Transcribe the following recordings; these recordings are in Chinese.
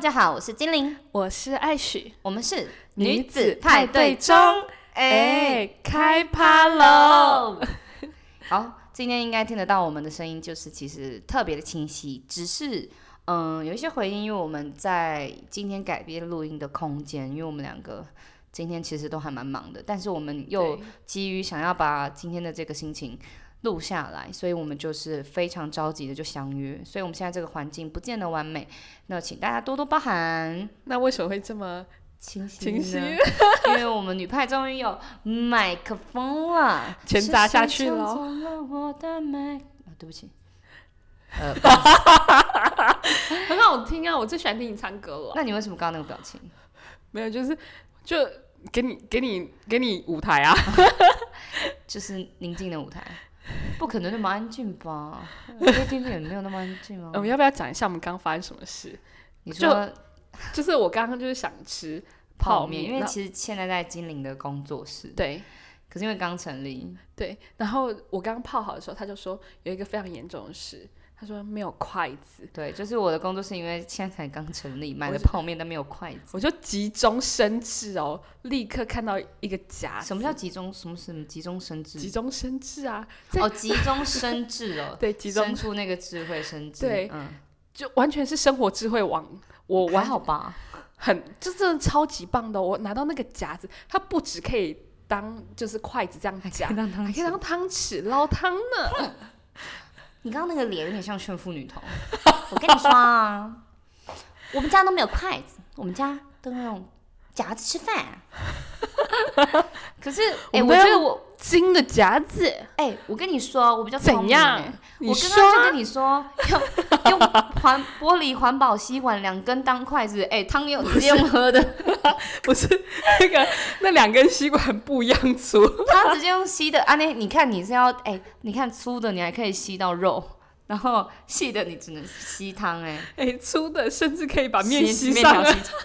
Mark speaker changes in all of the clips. Speaker 1: 家好，我是精灵，
Speaker 2: 我是艾许，
Speaker 1: 我们是
Speaker 2: 女子
Speaker 1: 派
Speaker 2: 派
Speaker 1: 对
Speaker 2: 对
Speaker 1: 中
Speaker 2: 中，
Speaker 1: 哎、
Speaker 2: 开
Speaker 1: 哈
Speaker 2: 趴喽！
Speaker 1: 喽！好，今天应该听得到我们的声音，就是其实特别的清晰，只是嗯有一些回音，因为我们在今天改变录音的空间，因为我们两个今天其实都还蛮忙的，但是我们又
Speaker 2: 对
Speaker 1: 基于想要把今天的这个心情录下来，所以我们就是非常着急的就相约，所以我们现在这个环境不见得完美，那请大家多多包涵。
Speaker 2: 那为什么会这么
Speaker 1: 清晰
Speaker 2: 清
Speaker 1: 呢
Speaker 2: 晰？
Speaker 1: 因为我们女派终于有麦克风了，
Speaker 2: 全砸下去
Speaker 1: 了。
Speaker 2: 咯
Speaker 1: 了我的麦啊，对不起， 呃，不
Speaker 2: 很好听啊？我最喜欢听你唱歌了。
Speaker 1: 那你为什么刚刚那个表情？
Speaker 2: 没有，就是就给你给你给你舞台啊！
Speaker 1: 就是宁静的舞台，不可能那么安静吧？KTV 也没有那么安静
Speaker 2: 我
Speaker 1: 哦。
Speaker 2: 们要不要讲一下我们刚发生什么事？
Speaker 1: 你说
Speaker 2: 就是我刚刚就是想吃
Speaker 1: 泡
Speaker 2: 泡
Speaker 1: 面，
Speaker 2: 面
Speaker 1: 因为
Speaker 2: 那
Speaker 1: 其实现在在金陵的工作室，
Speaker 2: 对
Speaker 1: 可是因为刚成立，
Speaker 2: 对，然后我刚泡好的时候，他就说有一个非常严重的事，他说没有筷子，
Speaker 1: 对，就是我的工作室，因为现在才刚成立，买
Speaker 2: 我
Speaker 1: 了
Speaker 2: 是
Speaker 1: 泡面但没有筷子。
Speaker 2: 我就急中生智哦，立刻看到一个夹子
Speaker 1: 什么叫集中？什么什么集中生智？
Speaker 2: 急中生智啊？在，
Speaker 1: 哦，集中生智哦
Speaker 2: 对，集中
Speaker 1: 生出那个智慧生智，
Speaker 2: 对
Speaker 1: 嗯，
Speaker 2: 就完全是生活智慧王，我
Speaker 1: 还
Speaker 2: 完
Speaker 1: 好吧？
Speaker 2: 很就真的超级棒的哦、我拿到那个夹子，它不只可以当就是筷子这样夹，
Speaker 1: 让他
Speaker 2: 还可以当汤匙捞汤呢。
Speaker 1: 你刚刚那个脸有点像炫富女童，我跟你说啊，我们家都没有筷子，我们家都那种夹子吃饭、 可是，哎、
Speaker 2: 我
Speaker 1: 我
Speaker 2: 们
Speaker 1: 觉
Speaker 2: 都
Speaker 1: 得
Speaker 2: 要
Speaker 1: 我，
Speaker 2: 金的夹子
Speaker 1: 哎、我跟你说，我比较聪
Speaker 2: 怎
Speaker 1: 明
Speaker 2: 样
Speaker 1: 哎？
Speaker 2: 你
Speaker 1: 我
Speaker 2: 说
Speaker 1: 刚
Speaker 2: 啊
Speaker 1: 刚就跟你说，用用环 玻璃环保吸管两根当筷子，哎、汤也有直接用喝的，
Speaker 2: 不是那个那两根吸管不一样粗，
Speaker 1: 他直接用吸的啊，那你看你是要哎、你看粗的你还可以吸到肉，然后细的你只能吸汤哎、
Speaker 2: 哎、粗的甚至可以把面
Speaker 1: 吸
Speaker 2: 吸上
Speaker 1: 面条
Speaker 2: 来，
Speaker 1: 吸上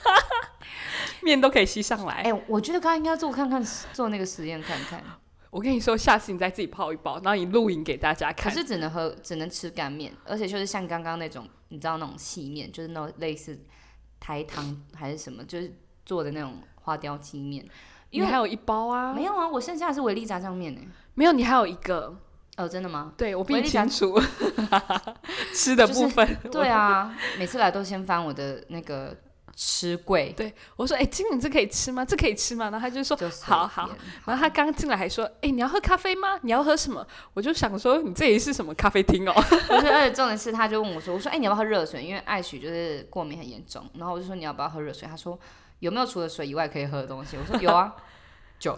Speaker 2: 面都可以吸上来。
Speaker 1: 哎、我觉得刚刚应该做看看做那个实验看看，
Speaker 2: 我跟你说，下次你再自己泡一包，然后你录影给大家
Speaker 1: 可
Speaker 2: 看。
Speaker 1: 是只能喝只能吃干面，而且就是像刚刚那种你知道那种细面，就是那种类似台糖还是什么，就是做的那种花雕鸡面，
Speaker 2: 你
Speaker 1: 因为
Speaker 2: 还有一包啊？
Speaker 1: 没有啊，我剩下的是维力炸酱面哎、
Speaker 2: 没有，你还有一个。
Speaker 1: 哦，真的 吗？
Speaker 2: 对，我比
Speaker 1: 维
Speaker 2: 你
Speaker 1: 力炸
Speaker 2: 清楚 吃的部分。
Speaker 1: 对啊，每次来都先翻我的那个吃柜，
Speaker 2: 我说：“哎、金敏，这可以吃吗？这可以吃吗？”然后他就说：“
Speaker 1: 就
Speaker 2: 好
Speaker 1: 随
Speaker 2: 好
Speaker 1: 便。”
Speaker 2: 然后他刚进来还说：“哎、你要喝咖啡吗？你要喝什么？”我就想说：“你这里是什么咖啡厅哦
Speaker 1: 不是，而且重点是，他就问我说：“我说，哎、你要不要喝热水？因为艾许就是过敏很严重。”然后我就说：“你要不要喝热水？”他说：“有没有除了水以外可以喝的东西？”我说：“有啊。？”
Speaker 2: 就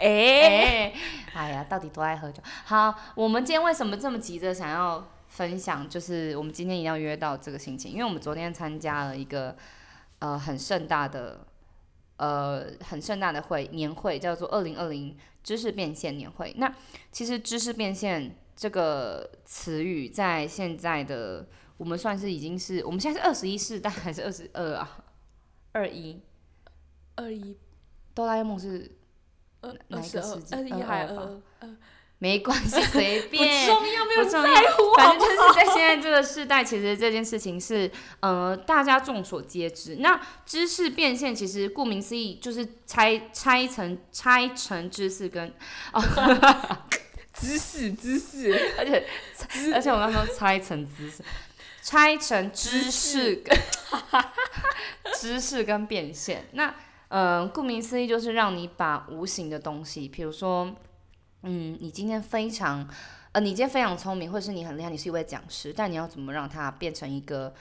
Speaker 1: 哎、 哎呀，到底多爱喝酒？好，我们今天为什么这么急着想要分享？就是我们今天一定要约到这个心情，因为我们昨天参加了一个呃很盛大的呃很盛大的会年会，叫做二零二零知识变现年会。那其实知识变现这个词语在现在的我们算是已经是我们现在是二十一世代还是二十二啊？二一
Speaker 2: 二一
Speaker 1: 哆啦 A 梦是
Speaker 2: 二
Speaker 1: 哪
Speaker 2: 二
Speaker 1: 一
Speaker 2: 十
Speaker 1: 个
Speaker 2: 二
Speaker 1: 世纪
Speaker 2: 二一还
Speaker 1: 二二
Speaker 2: 二
Speaker 1: 吧
Speaker 2: 二二，
Speaker 1: 没关系，随
Speaker 2: 不
Speaker 1: 便。
Speaker 2: 重要，没有
Speaker 1: 不
Speaker 2: 人
Speaker 1: 重
Speaker 2: 在
Speaker 1: 要
Speaker 2: 乎，
Speaker 1: 反
Speaker 2: 好
Speaker 1: 正
Speaker 2: 不
Speaker 1: 就
Speaker 2: 好？
Speaker 1: 是在现在这个时代，其实这件事情是呃大家众所皆知。那知识变现其实顾名思义就是拆拆成拆成知识 跟，
Speaker 2: 姿势姿势，
Speaker 1: 而且而且我刚说拆成知识，拆成知识跟 知识跟变现。那呃顾名思义就是让你把无形的东西，比如说嗯你今天非常。呃，你今天非常聪明，或者是你很厉害，你是一位讲师，但你要怎么让它变成一个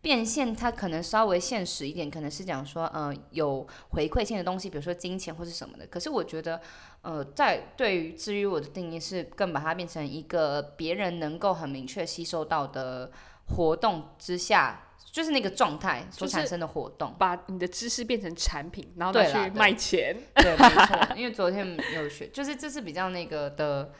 Speaker 1: 变现？它可能稍微现实一点，可能是讲说，呃，有回馈性的东西，比如说金钱或是什么的。可是我觉得，呃，在对于至于我的定义是，更把它变成一个别人能够很明确吸收到的活动之下，就是那个状态所
Speaker 2: 就是
Speaker 1: 产生的活动。
Speaker 2: 把你的知识变成产品，然后拿
Speaker 1: 对啦
Speaker 2: 去卖钱。
Speaker 1: 对，没错，因为昨天有学，就是这是比较那个的，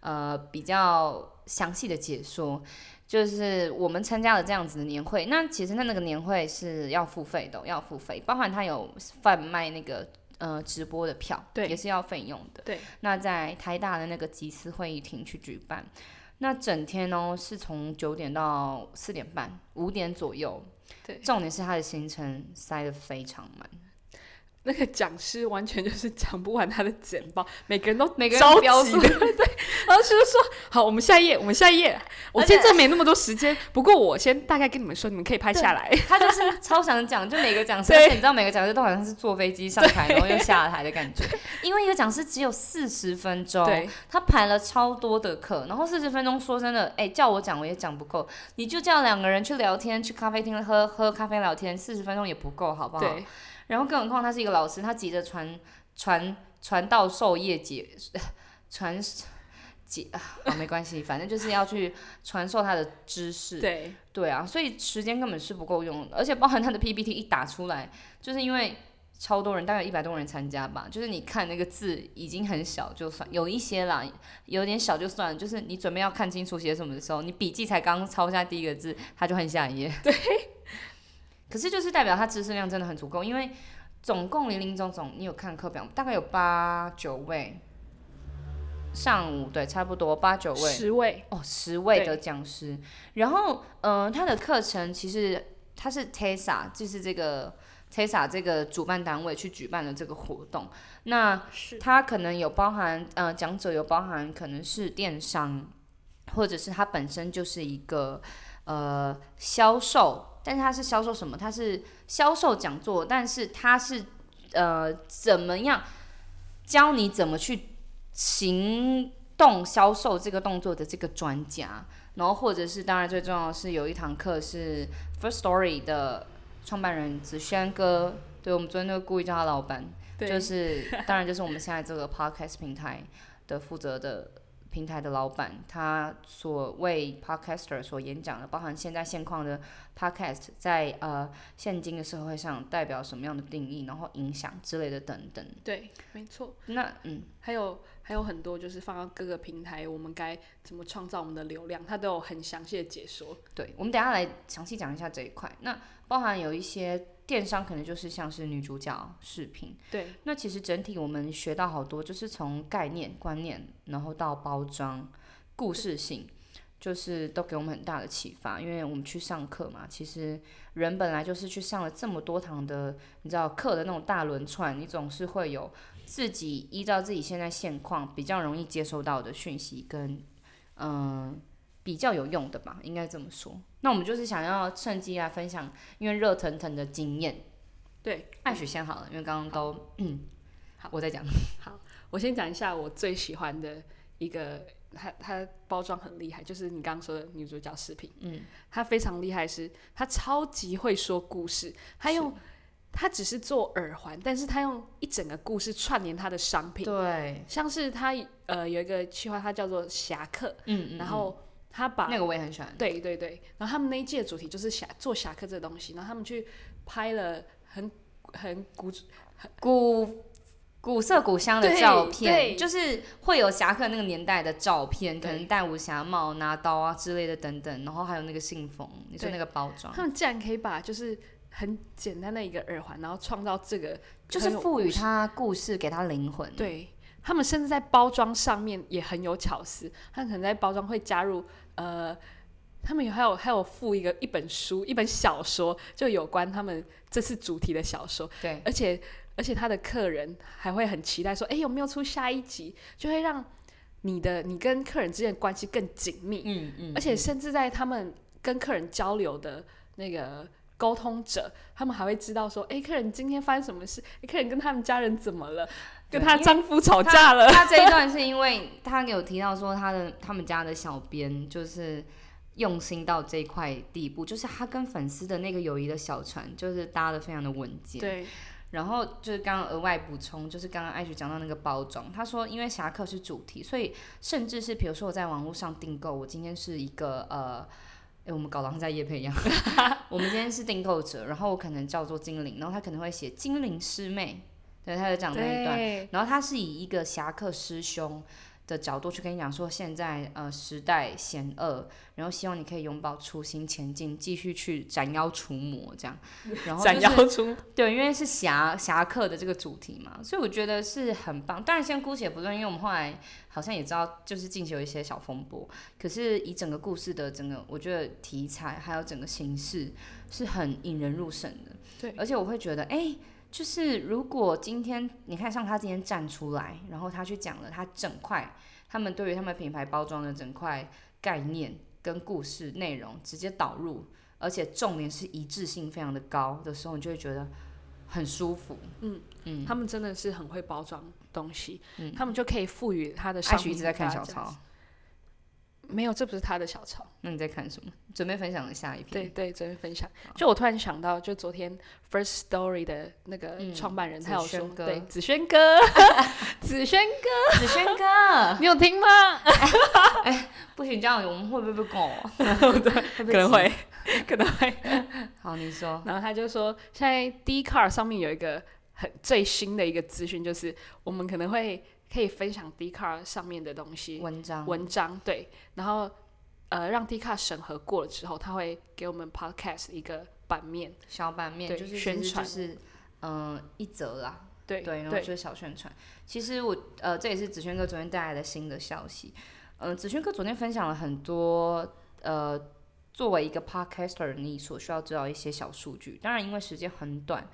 Speaker 1: 呃，比较详细的解说。就是我们参加了这样子的年会，那其实那那个年会是要付费的哦，要付费，包含它有贩卖那个呃直播的票，
Speaker 2: 对
Speaker 1: 也是要费用的。
Speaker 2: 对，
Speaker 1: 那在台大的那个集思会议厅去举办。那整天哦是从九点到四点半，五点左右。
Speaker 2: 对，
Speaker 1: 重点是他的行程塞得非常满，
Speaker 2: 那个讲师完全就是讲不完他的简报，每个人都
Speaker 1: 每个
Speaker 2: 着
Speaker 1: 人标
Speaker 2: 急
Speaker 1: 注
Speaker 2: 地对， 然后就是说好，我们下一页，我们下一页。我
Speaker 1: 而
Speaker 2: 今天
Speaker 1: 且
Speaker 2: 真的没那么多时间，不过我先大概跟你们说，你们可以拍下来。
Speaker 1: 他就是超想讲，就每个讲师，
Speaker 2: 对
Speaker 1: 而且你知道每个讲师都好像是坐飞机上台，然后又下台的感觉，因为一个讲师只有四十分钟，
Speaker 2: 对，
Speaker 1: 他排了超多的课，然后四十分钟，说真的，哎、叫我讲我也讲不够，你就叫两个人去聊天，去咖啡厅喝喝咖啡聊天，四十分钟也不够，好不好？
Speaker 2: 对，
Speaker 1: 然后更何况他是一个老师，他急着传传传道授业解 传解啊、好没关系，反正就是要去传授他的知识。
Speaker 2: 对，
Speaker 1: 对啊，所以时间根本是不够用的，而且包含他的 PPT 一打出来，就是因为超多人，大概一百多人参加吧，就是你看那个字已经很小就算，有一些啦，有点小就算了，就是你准备要看清楚写什么的时候，你笔记才刚抄下第一个字，他就换下一页。对， 可是就是代表他知识量真的很足够，因为总共零零总总，你有看课表，大概有八九位。上午对，差不多八九位，
Speaker 2: 十位，
Speaker 1: 哦，十位
Speaker 2: 对
Speaker 1: 的讲师。然后，呃，他的课程其实他是 TESA，就是这个 TESA 这个主办单位去举办的这个活动。那
Speaker 2: 是
Speaker 1: 他可能有包含，呃，讲者有包含，可能是电商，或者是他本身就是一个呃销售，但是他是销售什么？他是销售讲座，但是他是呃怎么样教你怎么去行动销售这个动作的这个专家，然后或者是当然最重要的是有一堂课是 First Story 的创办人子轩哥，对我们昨天就故意叫他老板，
Speaker 2: 对，
Speaker 1: 就是当然就是我们现在这个 podcast 平台的负责的平台的老板，他所为 podcaster 所演讲的，包含现在现况的 podcast 在呃现今的社会上代表什么样的定义，然后影响之类的等等。
Speaker 2: 对，没错。
Speaker 1: 那嗯，
Speaker 2: 还有还有很多，就是放到各个平台，我们该怎么创造我们的流量，它都有很详细的解说。
Speaker 1: 对，我们等一下来详细讲一下这一块。那包含有一些电商，可能就是像是女主角视频，
Speaker 2: 对，
Speaker 1: 那其实整体我们学到好多，就是从概念、观念，然后到包装、故事性，就是都给我们很大的启发。因为我们去上课嘛，其实人本来就是去上了这么多堂的，你知道课的那种大轮串，你总是会有自己依照自己现在现况比较容易接收到的讯息跟嗯、呃比较有用的吧，应该这么说。那我们就是想要趁机来分享，因为热腾腾的经验。
Speaker 2: 对
Speaker 1: 艾许先好了，因为刚刚都嗯，
Speaker 2: 好
Speaker 1: 我在讲，
Speaker 2: 我先讲一下我最喜欢的一个，它它包装很厉害，就是你刚刚说的女主角视频，
Speaker 1: 嗯，
Speaker 2: 它非常厉害是，它超级会说故事，它用它只是做耳环，但是它用一整个故事串联它的商品，
Speaker 1: 对，
Speaker 2: 像是它呃有一个企划，它叫做侠客，
Speaker 1: 嗯嗯，
Speaker 2: 然后它把
Speaker 1: 那个我也很喜欢，
Speaker 2: 对对对，然后他们那一届的主题就是侠做侠客这个东西，然后他们去拍了很很古
Speaker 1: 古古色古香的
Speaker 2: 对
Speaker 1: 照
Speaker 2: 对
Speaker 1: 片，就是会有侠客那个年代的照片，可
Speaker 2: 对
Speaker 1: 能戴武侠帽、拿刀啊之类的等等，然后还有那个信封，你说
Speaker 2: 对
Speaker 1: 那个包装，
Speaker 2: 他们竟然可以把就是很简单的一个耳环，然后创造这个
Speaker 1: 就是
Speaker 2: 很有
Speaker 1: 赋予
Speaker 2: 故事。
Speaker 1: 它故事，给它灵魂，，
Speaker 2: 对他们甚至在包装上面也很有巧思，他们可能在包装会加入呃，他们有还有还有附一个一本书，一本小说，就有关他们这次主题的小说，
Speaker 1: 对
Speaker 2: 而且而且他的客人还会很期待说，哎，有没有出下一集？就会让你的你跟客人之间的关系更紧密，
Speaker 1: 嗯嗯，
Speaker 2: 而且甚至在他们跟客人交流的那个沟通者，他们还会知道说，哎、客人今天发生什么事？诶客人跟他们家人怎么了？
Speaker 1: 对
Speaker 2: 跟她
Speaker 1: 因为
Speaker 2: 丈夫吵架 了？
Speaker 1: 他这一段是因为他有提到说，他的他们家的小编就是用心到这一块地步，就是他跟粉丝的那个友谊的小船，就是搭的非常的稳健。。
Speaker 2: 对
Speaker 1: 然后就是刚刚额外补充，就是刚刚艾雪讲到那个包装，他说因为侠客是主题，所以甚至是比如说我在网络上订购，我今天是一个呃，诶，我们搞得好像在夜配一样，我们今天是订购者，然后我可能叫做精灵，然后他可能会写精灵师妹，对，他有讲那一段，
Speaker 2: 对
Speaker 1: 然后他是以一个侠客师兄的角度去跟你讲说，现在呃时代险恶，然后希望你可以永葆初心前进，继续去斩妖除魔这样。 然后、就是、
Speaker 2: 斩妖除
Speaker 1: 对，因为是侠侠客的这个主题嘛，所以我觉得是很棒。当然，先姑且不论，因为我们后来好像也知道，就是近期有一些小风波。可是以整个故事的整个，我觉得题材还有整个形式是很引人入胜的。
Speaker 2: 对
Speaker 1: 而且我会觉得，哎、就是如果今天你看，像他今天站出来，然后他去讲了他整块他们对于他们品牌包装的整块概念跟故事内容直接导入，而且重点是一致性非常的高的时候，你就会觉得很舒服。嗯
Speaker 2: 他们真的是很会包装东西，他们就可以赋予他的商
Speaker 1: 艾嗯
Speaker 2: 品
Speaker 1: 许一直在看
Speaker 2: 价
Speaker 1: 小
Speaker 2: 值
Speaker 1: 抄，，
Speaker 2: 没有，这不是他的小抄。
Speaker 1: 那你在看什么？准备分享的下一篇。
Speaker 2: 对对，昨天分享。就我突然想到，就昨天 First Story 的那个
Speaker 1: 嗯
Speaker 2: 创办人，
Speaker 1: 子
Speaker 2: 他有
Speaker 1: 轩
Speaker 2: 说，
Speaker 1: 哥
Speaker 2: 对，子 轩哥，子轩哥，
Speaker 1: 子轩哥，
Speaker 2: 你有听吗？
Speaker 1: 不行，这样我们会不会被啊拱？ 对，
Speaker 2: 可能。会， 可能会。
Speaker 1: 好，你说。
Speaker 2: 然后他就说，现在 d c a r 上面有一个很最新的一个资讯，就是我们可能会可以分享 d c a r 上面的东西，
Speaker 1: 文章，
Speaker 2: 文章对，然后呃让 d c a r 审核过了之后，他会给我们 Podcast 一个版面，
Speaker 1: 小版面，
Speaker 2: 对
Speaker 1: 就是
Speaker 2: 宣
Speaker 1: 其实
Speaker 2: 传
Speaker 1: 就是嗯、呃一则啦，
Speaker 2: 对
Speaker 1: 对，然后就是小宣传。其实我呃这也是子轩哥昨天带来的新的消息，嗯、子轩哥昨天分享了很多呃作为一个 podcaster 你所需要知道的一些小数据，当然因为时间很短。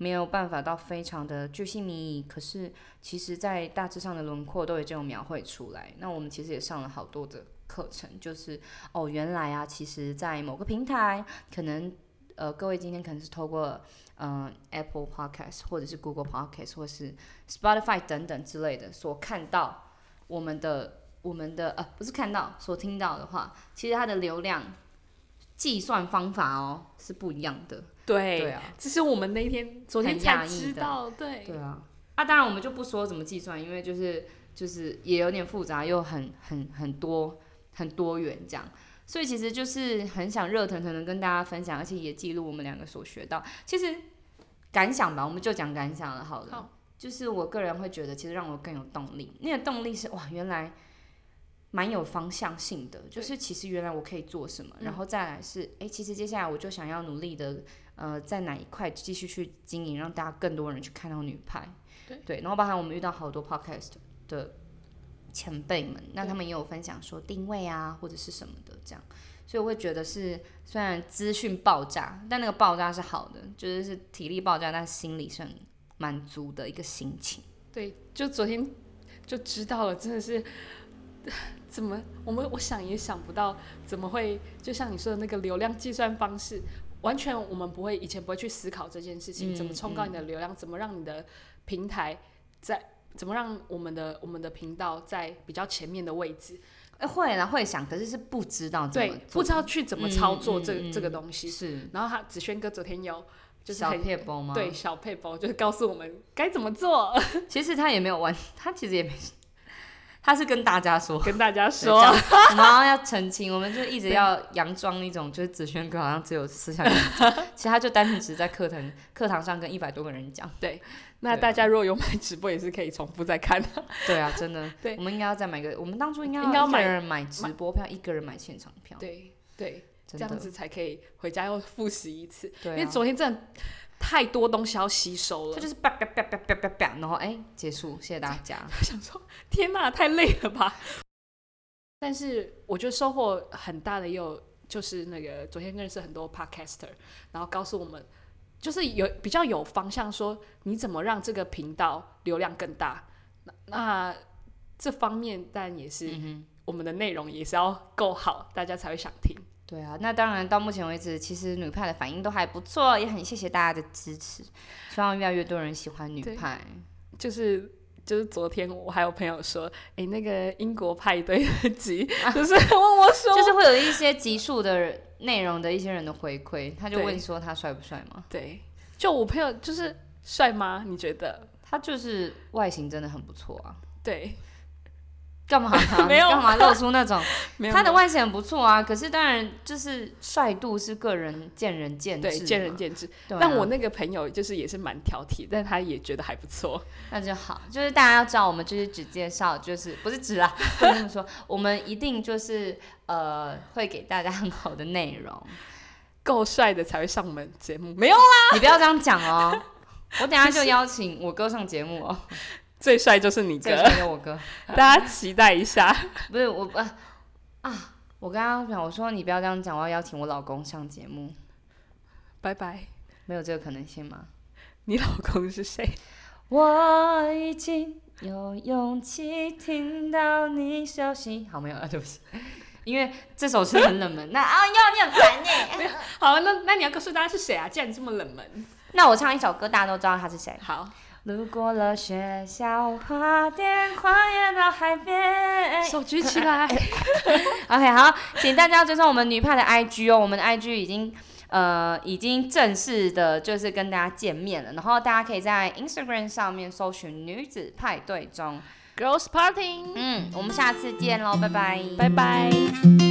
Speaker 1: 没有办法到非常的巨细靡遗，可是其实，在大致上的轮廓都已经有描绘出来。那我们其实也上了好多的课程，就是哦，原来啊，其实，在某个平台，可能呃，各位今天可能是透过嗯、呃 Apple Podcast 或者是 Google Podcast 或是 Spotify 等等之类的所看到我们的我们的呃不是看到所听到的话，其实它的流量计算方法哦是不一样的。
Speaker 2: 对
Speaker 1: 对啊，
Speaker 2: 这是我们那天昨天
Speaker 1: 很
Speaker 2: 才
Speaker 1: 讶异
Speaker 2: 知
Speaker 1: 的
Speaker 2: 道，对
Speaker 1: 对啊，啊，当然我们就不说怎么计算，因为就是就是也有点复杂，又很很很多很多元这样。所以其实就是很想热腾腾的跟大家分享，而且也记录我们两个所学到。其实感想吧，我们就讲感想了，好了。
Speaker 2: 好
Speaker 1: 就是我个人会觉得，其实让我更有动力。那个动力是哇，原来蛮有方向性的，就是其实原来我可以做什么，
Speaker 2: 嗯
Speaker 1: 然后再来是，诶，其实接下来我就想要努力的，呃，在哪一块继续去经营，让大家更多人去看到女排。
Speaker 2: 对
Speaker 1: 然后包含我们遇到好多 podcast 的前辈们，那他们也有分享说定位啊，或者是什么的这样。所以我会觉得是，虽然资讯爆炸，但那个爆炸是好的，就是是体力爆炸，但心理是很满足的一个心情。
Speaker 2: 对，就昨天就知道了，真的是怎么我们我想也想不到，怎么会就像你说的那个流量计算方式，完全我们不会以前不会去思考这件事情，
Speaker 1: 嗯
Speaker 2: 怎么冲高你的流量，怎么让你的平台在。怎么让我们的我们的频道在比较前面的位置？
Speaker 1: 哎，会啦，会想，可是是不知道怎么
Speaker 2: 对，
Speaker 1: 做
Speaker 2: 不知道去怎么操作
Speaker 1: 嗯
Speaker 2: 这、
Speaker 1: 嗯
Speaker 2: 这个东西。
Speaker 1: 是
Speaker 2: 然后他子轩哥昨天有就是
Speaker 1: 小
Speaker 2: 很
Speaker 1: 撇步吗？
Speaker 2: 对，小配包，就是告诉我们该怎么做，
Speaker 1: 其实他也没有玩，他其实也没， 他是跟大家说。
Speaker 2: 跟大家
Speaker 1: 对这
Speaker 2: 说
Speaker 1: 样。我们好像要澄清，我们就一直要佯装一种，就是子轩哥好像只有私下跟你讲，其实他就单纯只是在课堂课堂上跟一百多个人讲。
Speaker 2: 那大家如果有买直播，也是可以重复再看。
Speaker 1: 对啊，真的，
Speaker 2: 对
Speaker 1: 我们应该要再买个，我们当初应该
Speaker 2: 应该要
Speaker 1: 一
Speaker 2: 买
Speaker 1: 个人买直播票，一个人买现场票，
Speaker 2: 对对，这
Speaker 1: 真
Speaker 2: 样
Speaker 1: 的，
Speaker 2: 子才可以回家又复习一次，
Speaker 1: 对啊、
Speaker 2: 因为昨天真的太多东西要吸收
Speaker 1: 它
Speaker 2: 了。
Speaker 1: 就是叭叭叭叭叭叭叭，然后哎、结束，谢谢大家。
Speaker 2: 想说，天哪，太累了吧！但是我觉得收获很大的，也有就是那个昨天认识很多 podcaster，然后告诉我们，就是有比较有方向，说你怎么让这个频道流量更大。那那这方面，但也是、我们的内容也是要够好，大家才会想听。
Speaker 1: 对啊，那当然到目前为止，其实女派的反应都还不错，也很谢谢大家的支持，希望越来越多人喜欢女
Speaker 2: 对
Speaker 1: 派。
Speaker 2: 就是就是昨天我还有朋友说，诶，那个英国派对的 集，就是问我说，
Speaker 1: 就是会有一些集数的内容的一些人的回馈，他就
Speaker 2: 对
Speaker 1: 问你说他帅不帅吗？
Speaker 2: 对，就我朋友就是帅吗？你觉得？
Speaker 1: 他就是外形真的很不错啊，
Speaker 2: 对，
Speaker 1: 干嘛、啊？
Speaker 2: 没有
Speaker 1: 你干嘛露出那种？
Speaker 2: 没有
Speaker 1: 他的外形很不错啊，可是当然就是帅度是个人见仁见智嘛，
Speaker 2: 对见仁见智。
Speaker 1: 对啊。
Speaker 2: 但我那个朋友就是也是蛮挑剔，但他也觉得还不错。
Speaker 1: 那就好，就是大家要知道，我们就是只介绍，就是不是只啊， 不能这么说，我们一定就是呃会给大家很好的内容，
Speaker 2: 够帅的才会上我们节目，没有
Speaker 1: 你不要这样讲哦。我等一下就邀请我哥上节目哦，
Speaker 2: 最帅就是你
Speaker 1: 这
Speaker 2: 哥，
Speaker 1: 个有我哥，
Speaker 2: 大家期待一下。
Speaker 1: 不是我啊啊！我刚刚讲，我说你不要这样讲，我要邀请我老公上节目，
Speaker 2: 拜拜，
Speaker 1: 没有这个可能性吗？
Speaker 2: 你老公是谁？
Speaker 1: 我已经有勇气听到你消息，好没有啊？对不起，因为这首是很冷门，那啊要你很烦呢、
Speaker 2: 好，那那你要告诉大家是谁啊？既然你这么冷门，
Speaker 1: 那我唱一首歌，大家都知道他是谁。
Speaker 2: 好，
Speaker 1: 路过了学校花店，跨越到海边。
Speaker 2: 手举起来。
Speaker 1: OK，好，请大家追踪我们女派的 IG 哦，我们的 IG 已经。呃，已经正式的，就是跟大家见面了。然后大家可以在 Instagram 上面搜寻“女子派对中
Speaker 2: Girls Party，”。
Speaker 1: 嗯，我们下次见喽，拜拜，
Speaker 2: 拜拜。